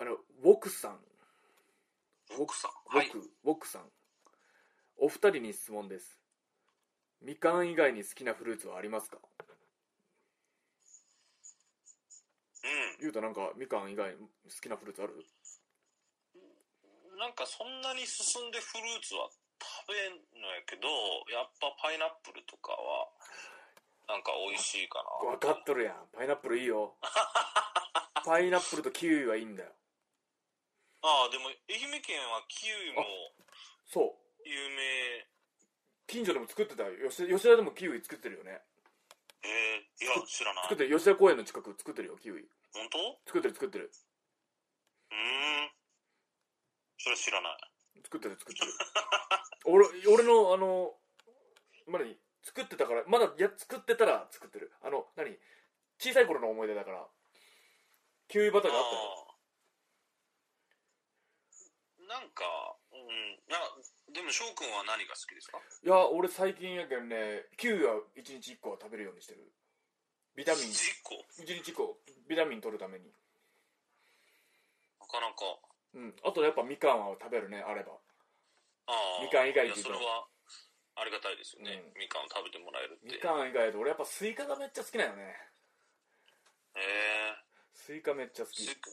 あのウォクさん奥さん。ウォはい。ク、ウォクさんお二人に質問ですみかん以外に好きなフルーツはありますかうゆうたなんかみかん以外好きなフルーツあるん。なんか、そんなに進んでフルーツは食べんのやけど、やっぱパイナップルとかは、なんか美味しいかな。分かっとるやんパイナップルいい [laughs] よパイナップルとキウイはいいんだよああ、でも、愛媛県はキウイもそう有名。近所でも作ってたよ吉田吉田でもキウイ作ってるよねえー、いや、知らな作っい。てる吉田公園の近く作ってるよキウイ本当う作ってる作ってるーん。それ知らない。作ってる作 [laughs] ってる俺俺のあのまだに作ってたからまだいや作ってたら作ってるあの何小さい頃の思い出だからキウイバターがあったよあーなんか、うん、なでも翔くんは何が好きですかいや俺最近やけんねキウイは1日1個は食べるようにしてるビタミン1実行日1個ビタミン取るためになかなかうんあとやっぱみかんは食べるねあればあーみかん以外いやっていうそとれはありがたいですよね、うみかんを食べてもらえるってみかん以外だと俺やっぱスイカがめっちゃ好きなよねえー、スイカめっちゃ好きスイカ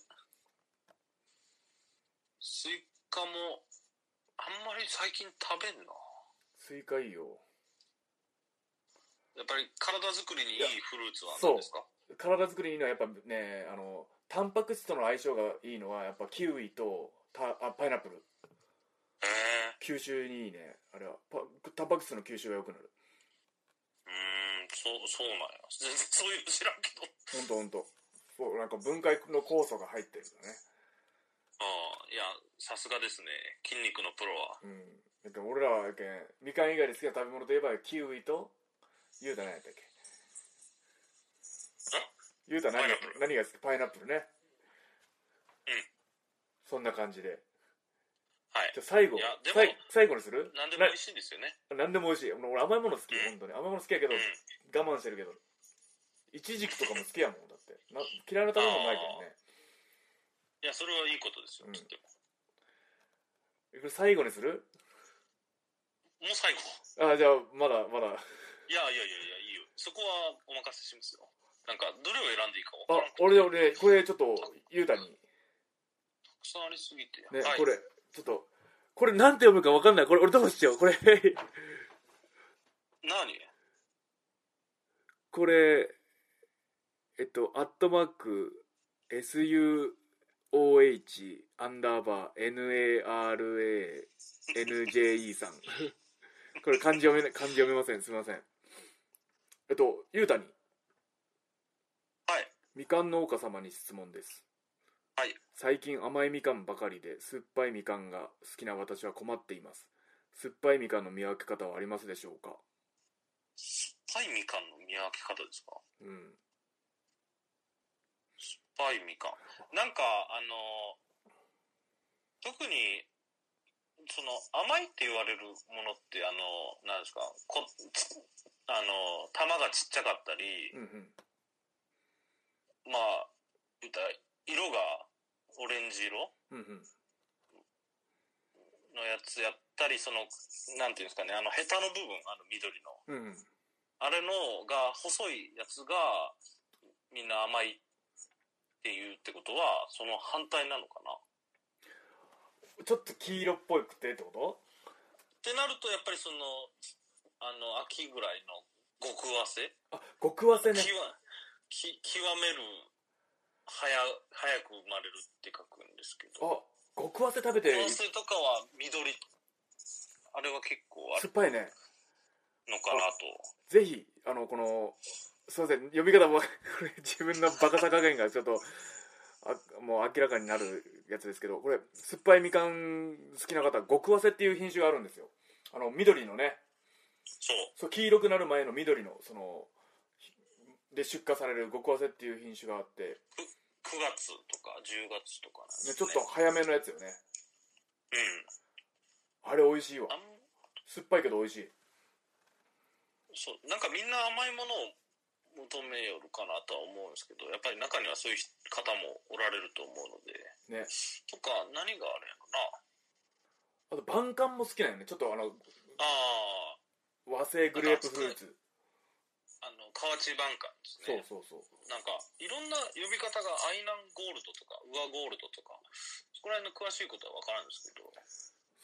スイカもあんまり最近食べんなスイカいいよやっぱり体作りにいいフルーツはそう何ですか体作りにいいのはやっぱねあのタンパク質との相性がいいのはやっぱキウイとたあパイナップルへえ吸収にいいねあれはパタンパク質の吸収が良くなるうーん、そう、そうなんや。 [laughs] 全然そういうの知らんけど。ほんとほんとそうなんか分解の酵素が入ってるんだねああ、いや、さすがですね。筋肉のプロは。うんだから俺らはやけんみかん以外で好きな食べ物といえばキウイと言うたら何やったっけゆうた何パイナップル何が好きパイナップルね。うん。そんな感じで。はいじゃあ最後いやでもさい最後にする何でも美味しいですよねな何でも美味しい。俺俺甘いもの好きよ、う本当に。甘いもの好きやけどうん、我慢してるけど。イチジクとかも好きやもん、だって。な嫌いな食べ物ないからね。いやそれはいいことですよ、うんとってもこれ最後にするもう最後あ、じゃあ、まだ、まだ。いやいやいやいやいいよそこはお任せしますよなんかどれを選んでいいかあわからん、俺、俺、これちょっと、ゆうたに。たくさんありすぎて、ね、はい、これ、ちょっと、これなんて読むかわかんない。これ、俺どうしよう。これ、何これ、えっと、アットマーク、suoh、アンダーバー、nara、nje さん。これ、漢字読め、漢字読めません。すみません。えっと、ゆうたに。はい。みかん農家様に質問です。はい。最近甘いみかんばかりで、酸っぱいみかんが好きな私は困っています。酸っぱいみかんの見分け方はありますでしょうか酸っぱいみかんの見分け方ですかうん。酸っぱいみかんなんかあの特にその甘いって言われるものってあのなんですかこつあの玉がちっちゃかったりうんうん。まあ言ったら色がオレンジ色うんうん。のやつやったりそのなんていうんですかねあのヘタの部分あの緑うんうのん。あれのが細いやつがみんな甘いって言うってことはその反対なのかなちょっと黄色っぽくてってこってなるとやっぱりそのあの秋ぐらいの極わせとあ極わせ極ねき極める早早く生まれるって書くんですけあど極わせ食べて極わせとかは緑あれは結構あ酸っぱるいねのかなとぜひあのこのすいません読み方もこれ自分のバカさ加減がちょっとあもう明らかになるやつですけどこれ酸っぱいみかん好きな方極わせっていう品種があるんですよあの緑のねそうそう黄色くなる前の緑のそのひで出荷される極わせっていう品種があって、 9月とか10月とかなんでね、すちょっと早めのやつよねうあれ美味しいわんあん酸っぱいけど美味しいそうなんかみんな甘いものを求めよるかなとは思うんですけどやっぱり中にはそういう方もおられると思うのでねとか何があるやろあとな晩柑も好きなんよねちょっとあのあ和製グレープフルーツああの河内晩柑ですそうそねうそうなんかいろんな呼び方がアイナンゴールドとかウアゴールドとかそこら辺の詳しいことは分からんですけど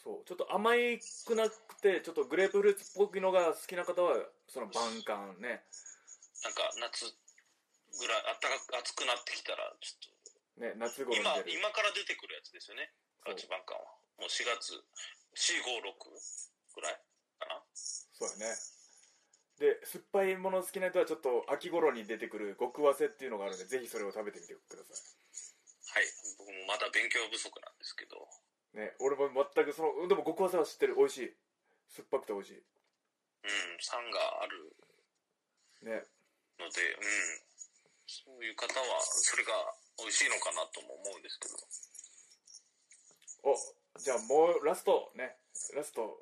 そうちょっと甘いくなくてちょっとグレープフルーツっぽいのが好きな方はその晩柑ねなんか夏ぐらいあったかく暑くなってきたらちょっとね夏頃に今出る今から出てくるやつですよねそう河内晩柑はもう4月456ぐらいかなそうやねで酸っぱいもの好きな人はちょっと秋頃に出てくる極わせっていうのがあるんでぜひそれを食べてみてくださはい僕もまだ勉強不足なんですけどいうね俺も全くそのでも極わせは知ってる美味しい酸っぱくて美味しん酸があるいねのでうんそういう方はそれが美味しいのかなとも思うんですけどおじゃあもうラストねラスト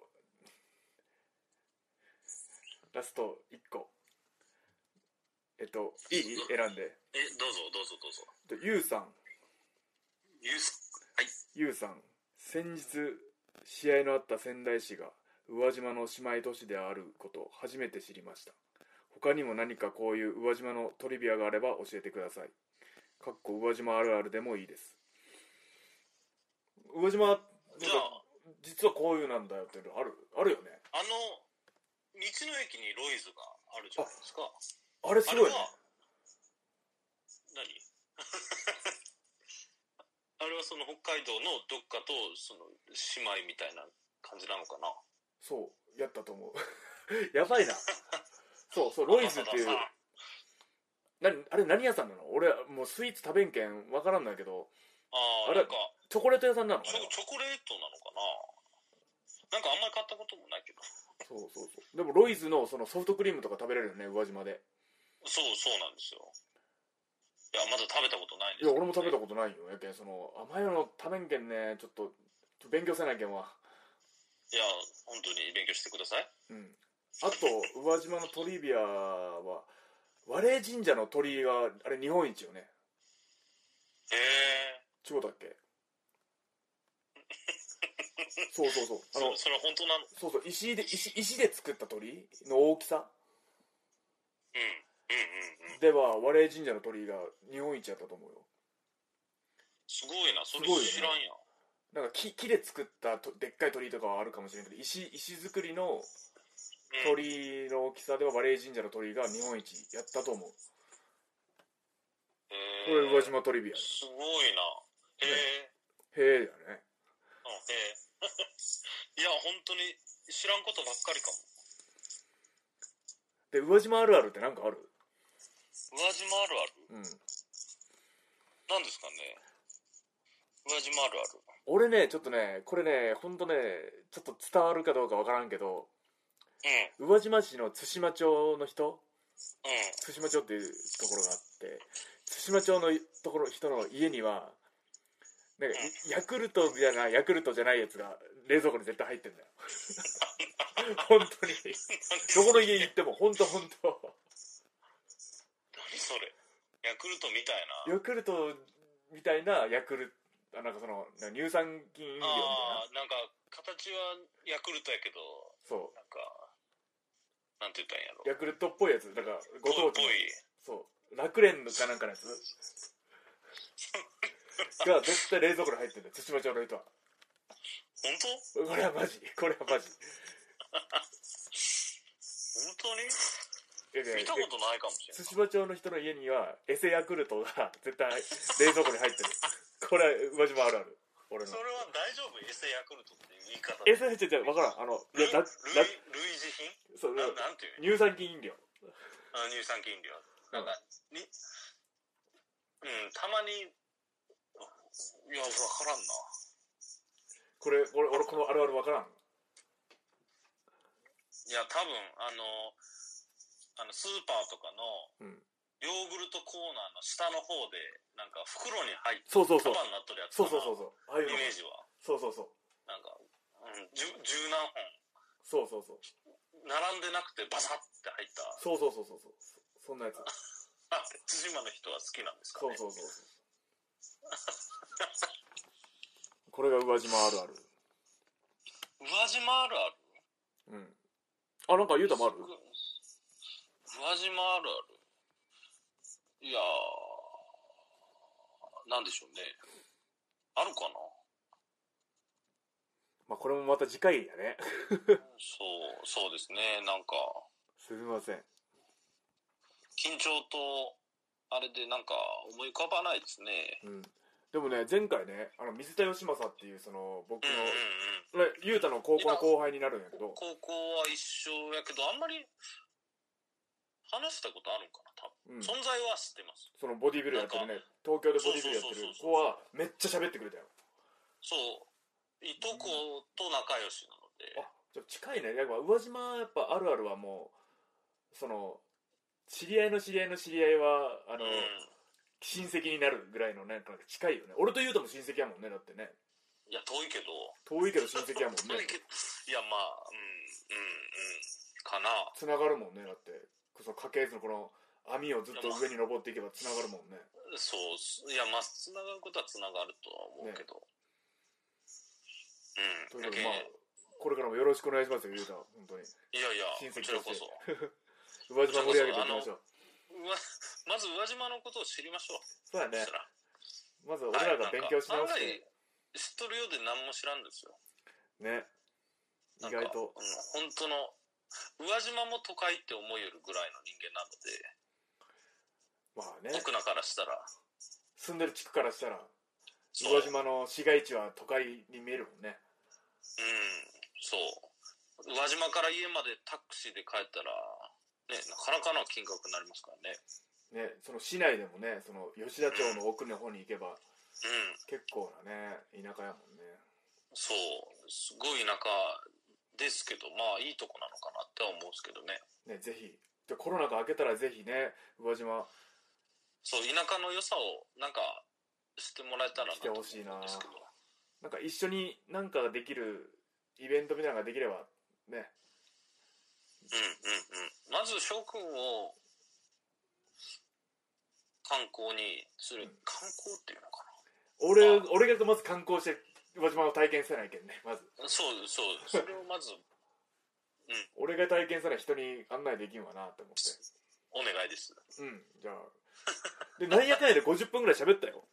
ラスト1個えっといい選んでえどうぞどうぞどうぞえっとゆうさんユースはいゆうさん先日試合のあった仙台市が宇和島の姉妹都市であることを初めて知りました他にも何かこういう宇和島のトリビアがあれば教えてくださいかっこ宇和島あるあるでもいいです宇和島じゃあ実はこういうなんだよっていうのあるあるよねあの道の駅にロイズがあるじゃないですかああれすれごいはね何 [laughs] あれはその北海道のどっかとその姉妹みたいな感じなのかなそうやったと思う [laughs] やばいなそうそうロイズっていうまあなあれ何屋さんなの俺もうスイーツ食べんけんわからんないけどあああれなんかチョコレート屋さんなのあチれョはチョコレートなのかななんかあんまり買ったこともないけどそうそうそうでもロイズのそのソフトクリームとか食べれるよね宇和島でそうそうなんですよや、まだ食べたことないいです、や俺も食べたことないよやけんその甘いの食べんけんねちょっとちょ勉強せないけんはと。いや、本当に勉強してください。うんあと宇和島のトリビアは和礼神社の鳥居があれ日本一よねへえ。ちゅうことだっけそうそうそうあそのそれは本当なのそうそう石で石石で作った鳥居の大きさうん。うんうんうん。では和礼神社の鳥居が日本一やったと思うよすごいな。それすごいよね知らんやん。なんか木木で作ったとでっかい鳥居とかはあるかもしれんけど石石造りのうん鳥居の大きさでは和礼神社の鳥居が日本一やったと思うへこえれ宇和島トリビアすごいな。へへえ。えだねうん、へ [laughs] え。いや、本当に知らんことばっかりかも。で宇和島あるあるってなんかある宇和島あるある。うんなんですかね。宇和島あるある。俺ねちょっとねこれねほんとねちょっと伝わるかどうかわからんけどうん。宇和島市の津島町の人うん。津島町っていうところがあって津島町のところ人の家にはなんかヤクルトじゃないヤクルトじゃないやつが冷蔵庫に絶対入ってんだよ [laughs] 本当に [laughs] どこの家行っても本当本当何それヤクルトみたいなヤクルトみたいなヤクルあなんかそのな乳酸菌飲料みたいあなあなんか形はヤクルトやけどそなんかなんて言ったらいいんやろうヤクルトっぽいやつなんかご当地ぽのいそう楽蓮のかなんか [laughs] のやつが絶対冷蔵庫に入ってるんだよ対馬町の人は本当これはマジこれはマジ本当にいやいや見たことないかもしれ対馬ない町の人の家にはエセヤクルトが絶対冷蔵庫に入 [laughs] ってるこれは宇和島あるある俺のそれは大丈夫エセヤクルトっていう言い方エセじゃじゃ分からんあのい類やだだ類類似品そうななんていうの乳酸菌飲料あ乳酸菌量なんかにうんたまにいやわからんなこれ俺俺このあるある分からんいや多分あのあのスーパーとかのうんヨーグルトコーナーの下の方でなんか袋に入ってそうそうそう束になっとるやつそうかなそうそうそうああいうイのメージはそうそうそうなんか、うん、じゅ十何そうそうそう本並んでなくてバサッて入ったそうそうそうそうそうそんなやつあ対馬の人は好きなんですかそうねそうそう [laughs] そうこれが宇和島あるある宇和島あるあるうんあなんか言うたもある宇和島あるあるいやーなんでしょうねあるかなまあこれもまた次回やねそうそうですねなんかすみません緊張とあれでなんか思い浮かばないですねうんでもね前回ねあの水田義政っていうその僕うんのねうん雄太の高校の後輩になるんやけうどん高校は一緒やけどあんまり話したことあるんかな多分、うん存在は知ってますそのボディビルやってるね東京でボディビルやってる子はめっちゃ喋ってくれたよそういとこと仲良しなので、あじゃあ近いねやっぱ宇和島やっぱあるあるはもうその知り合いの知り合いの知り合いはあの、うん親戚になるぐらいのねなんか近いよね俺と優太も親戚やもんねだってねいや遠いけど遠いけど親戚やもんね遠いけど [laughs] いやまあうんうんうんかなつながるもんねだってその家系図のこの網をずっと上に登っていけばつながるもんねそうすいやまあつながることはつながるとは思うけど、とうんいうことだけでまあこれからもよろしくお願いしますよ優太本当にいやいや親こ戚ちらとこしてそ宇和島盛り上げていきましょううわ [laughs] まず宇和島のことを知りましょうそうやねそしたらまず俺らがはい勉強し直しなんてか案外知っとるようで何も知らんですよねなん意か外とうん本当の宇和島も都会って思いよるぐらいの人間なのまあねで僕らからしたら住んでる地区からしたら宇そう和島の市街地は都会に見えるもんねうんそう宇和島から家までタクシーで帰ったらねなかなかの金額になりますからねねその市内でもねその吉田町の奥の方に行けばうん結構なね田舎やもんねそう、すごい田舎ですけど、まあいいとこなのかなっては思うんですけどね。ねぜひでコロナが明けたらぜひね宇和島そう、田舎の良さを、なんか、してもらえたらなしてと思うほんしいなですけど。なんか一緒になんかができるイベントみたいなのができればねうんうんうん。まず翔くんを観光にする。観光っていうのか俺あ俺がまず観光して馬島を体験せないけんねまずな。そうそう。それをまず俺が体験せない人に案内できんわなって思っお願いです。 [laughs] てうんじゃあでなんやかんやで50分ぐらい喋ったよ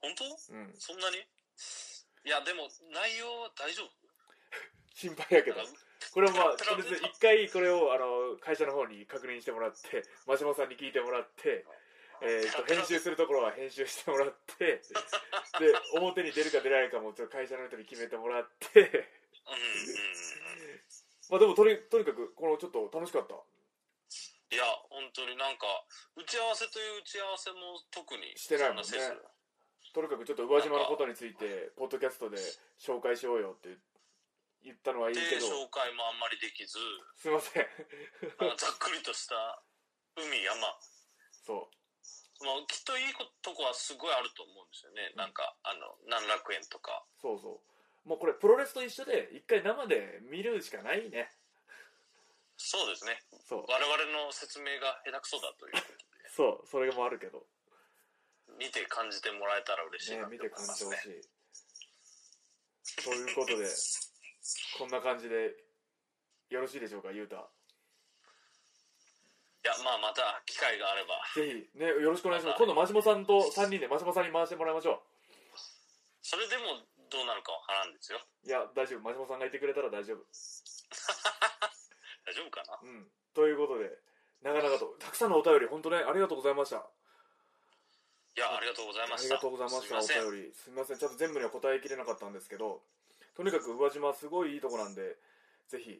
本当うんそんなにいや、でも内容は大丈夫心配やけどなんかこれはまあとりあえず一回これをあの会社の方に確認してもらって真島さんに聞いてもらってえー、と編集するところは編集してもらってで表に出るか出ないかもちょっと会社の人に決めてもらってうんうんうんうん。まあでもとにとにかくこのちょっと楽しかったいや、本当になんか、打ち合わせという打ち合わせも特にしてないもんねそせずとにかくちょっと宇和島のことについてポッドキャストで紹介しようよって言ったのはいいでけど紹介もあんまりできず、すいません [laughs] なんかざっくりとした海、山、そまあ、きっといいことこはすごいあると思うんですよね。なんか、あの、南楽園とか。うそうそうもうこれプロレスと一緒で一回生で見るしかないねそうですね。そう我々の説明が下手くそだということそうそれもあるけど、で、見て感じてもらえたら嬉しいねな、と思見いてま感じすてほね。しいということでこんな感じでよろしいでしょうかゆうたいや、まあ、また機会があれば。ぜひねよろしくお願いします今度真島さんと3人で真島さんに回してもらいましょうそれでもどうなるかわからんですよ。いや大丈夫真島さんがいてくれたら大丈夫大丈夫かなうん、ということで、なかなかと、たくさんのお便り、本当ね、ありがとうございました。あいや、ありがとうございましりた。がとうございますしみませんた、お便り。すみません、ちょっと全部には答えきれなかったんですけど、とにかく宇和島、すごいいいとこなんで、ぜひ、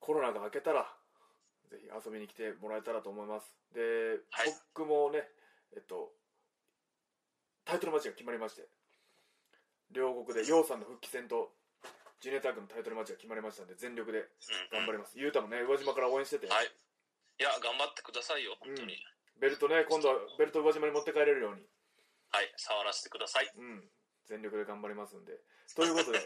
コロナが明けたら、ぜひ遊びに来てもらえたらと思います。で、はい僕もね、えっと、タイトルマッチが決まりまして、両国で、楊さんの復帰戦と、ジュニアタッグのタイトルマッチが決まりましたんで、全力でうん頑張ります。ゆうたもね、宇和島から応援してて、はい。いや、頑張ってくださいよ、本当に。うベルトね、今度はベルト宇和島に持って帰れるように、はい、触らせてください。うん、全力で頑張りますんで。という [laughs] ことで、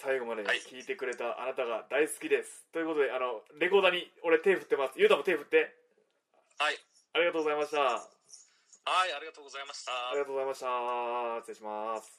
最後まではい聞いてくれたあなたが大好きです。ということで、あの、レコーダーに俺手振ってます。ゆうたも手振って。はい。ありがとうございました。あはい、ありがとうございました。りがとうございました。失礼します。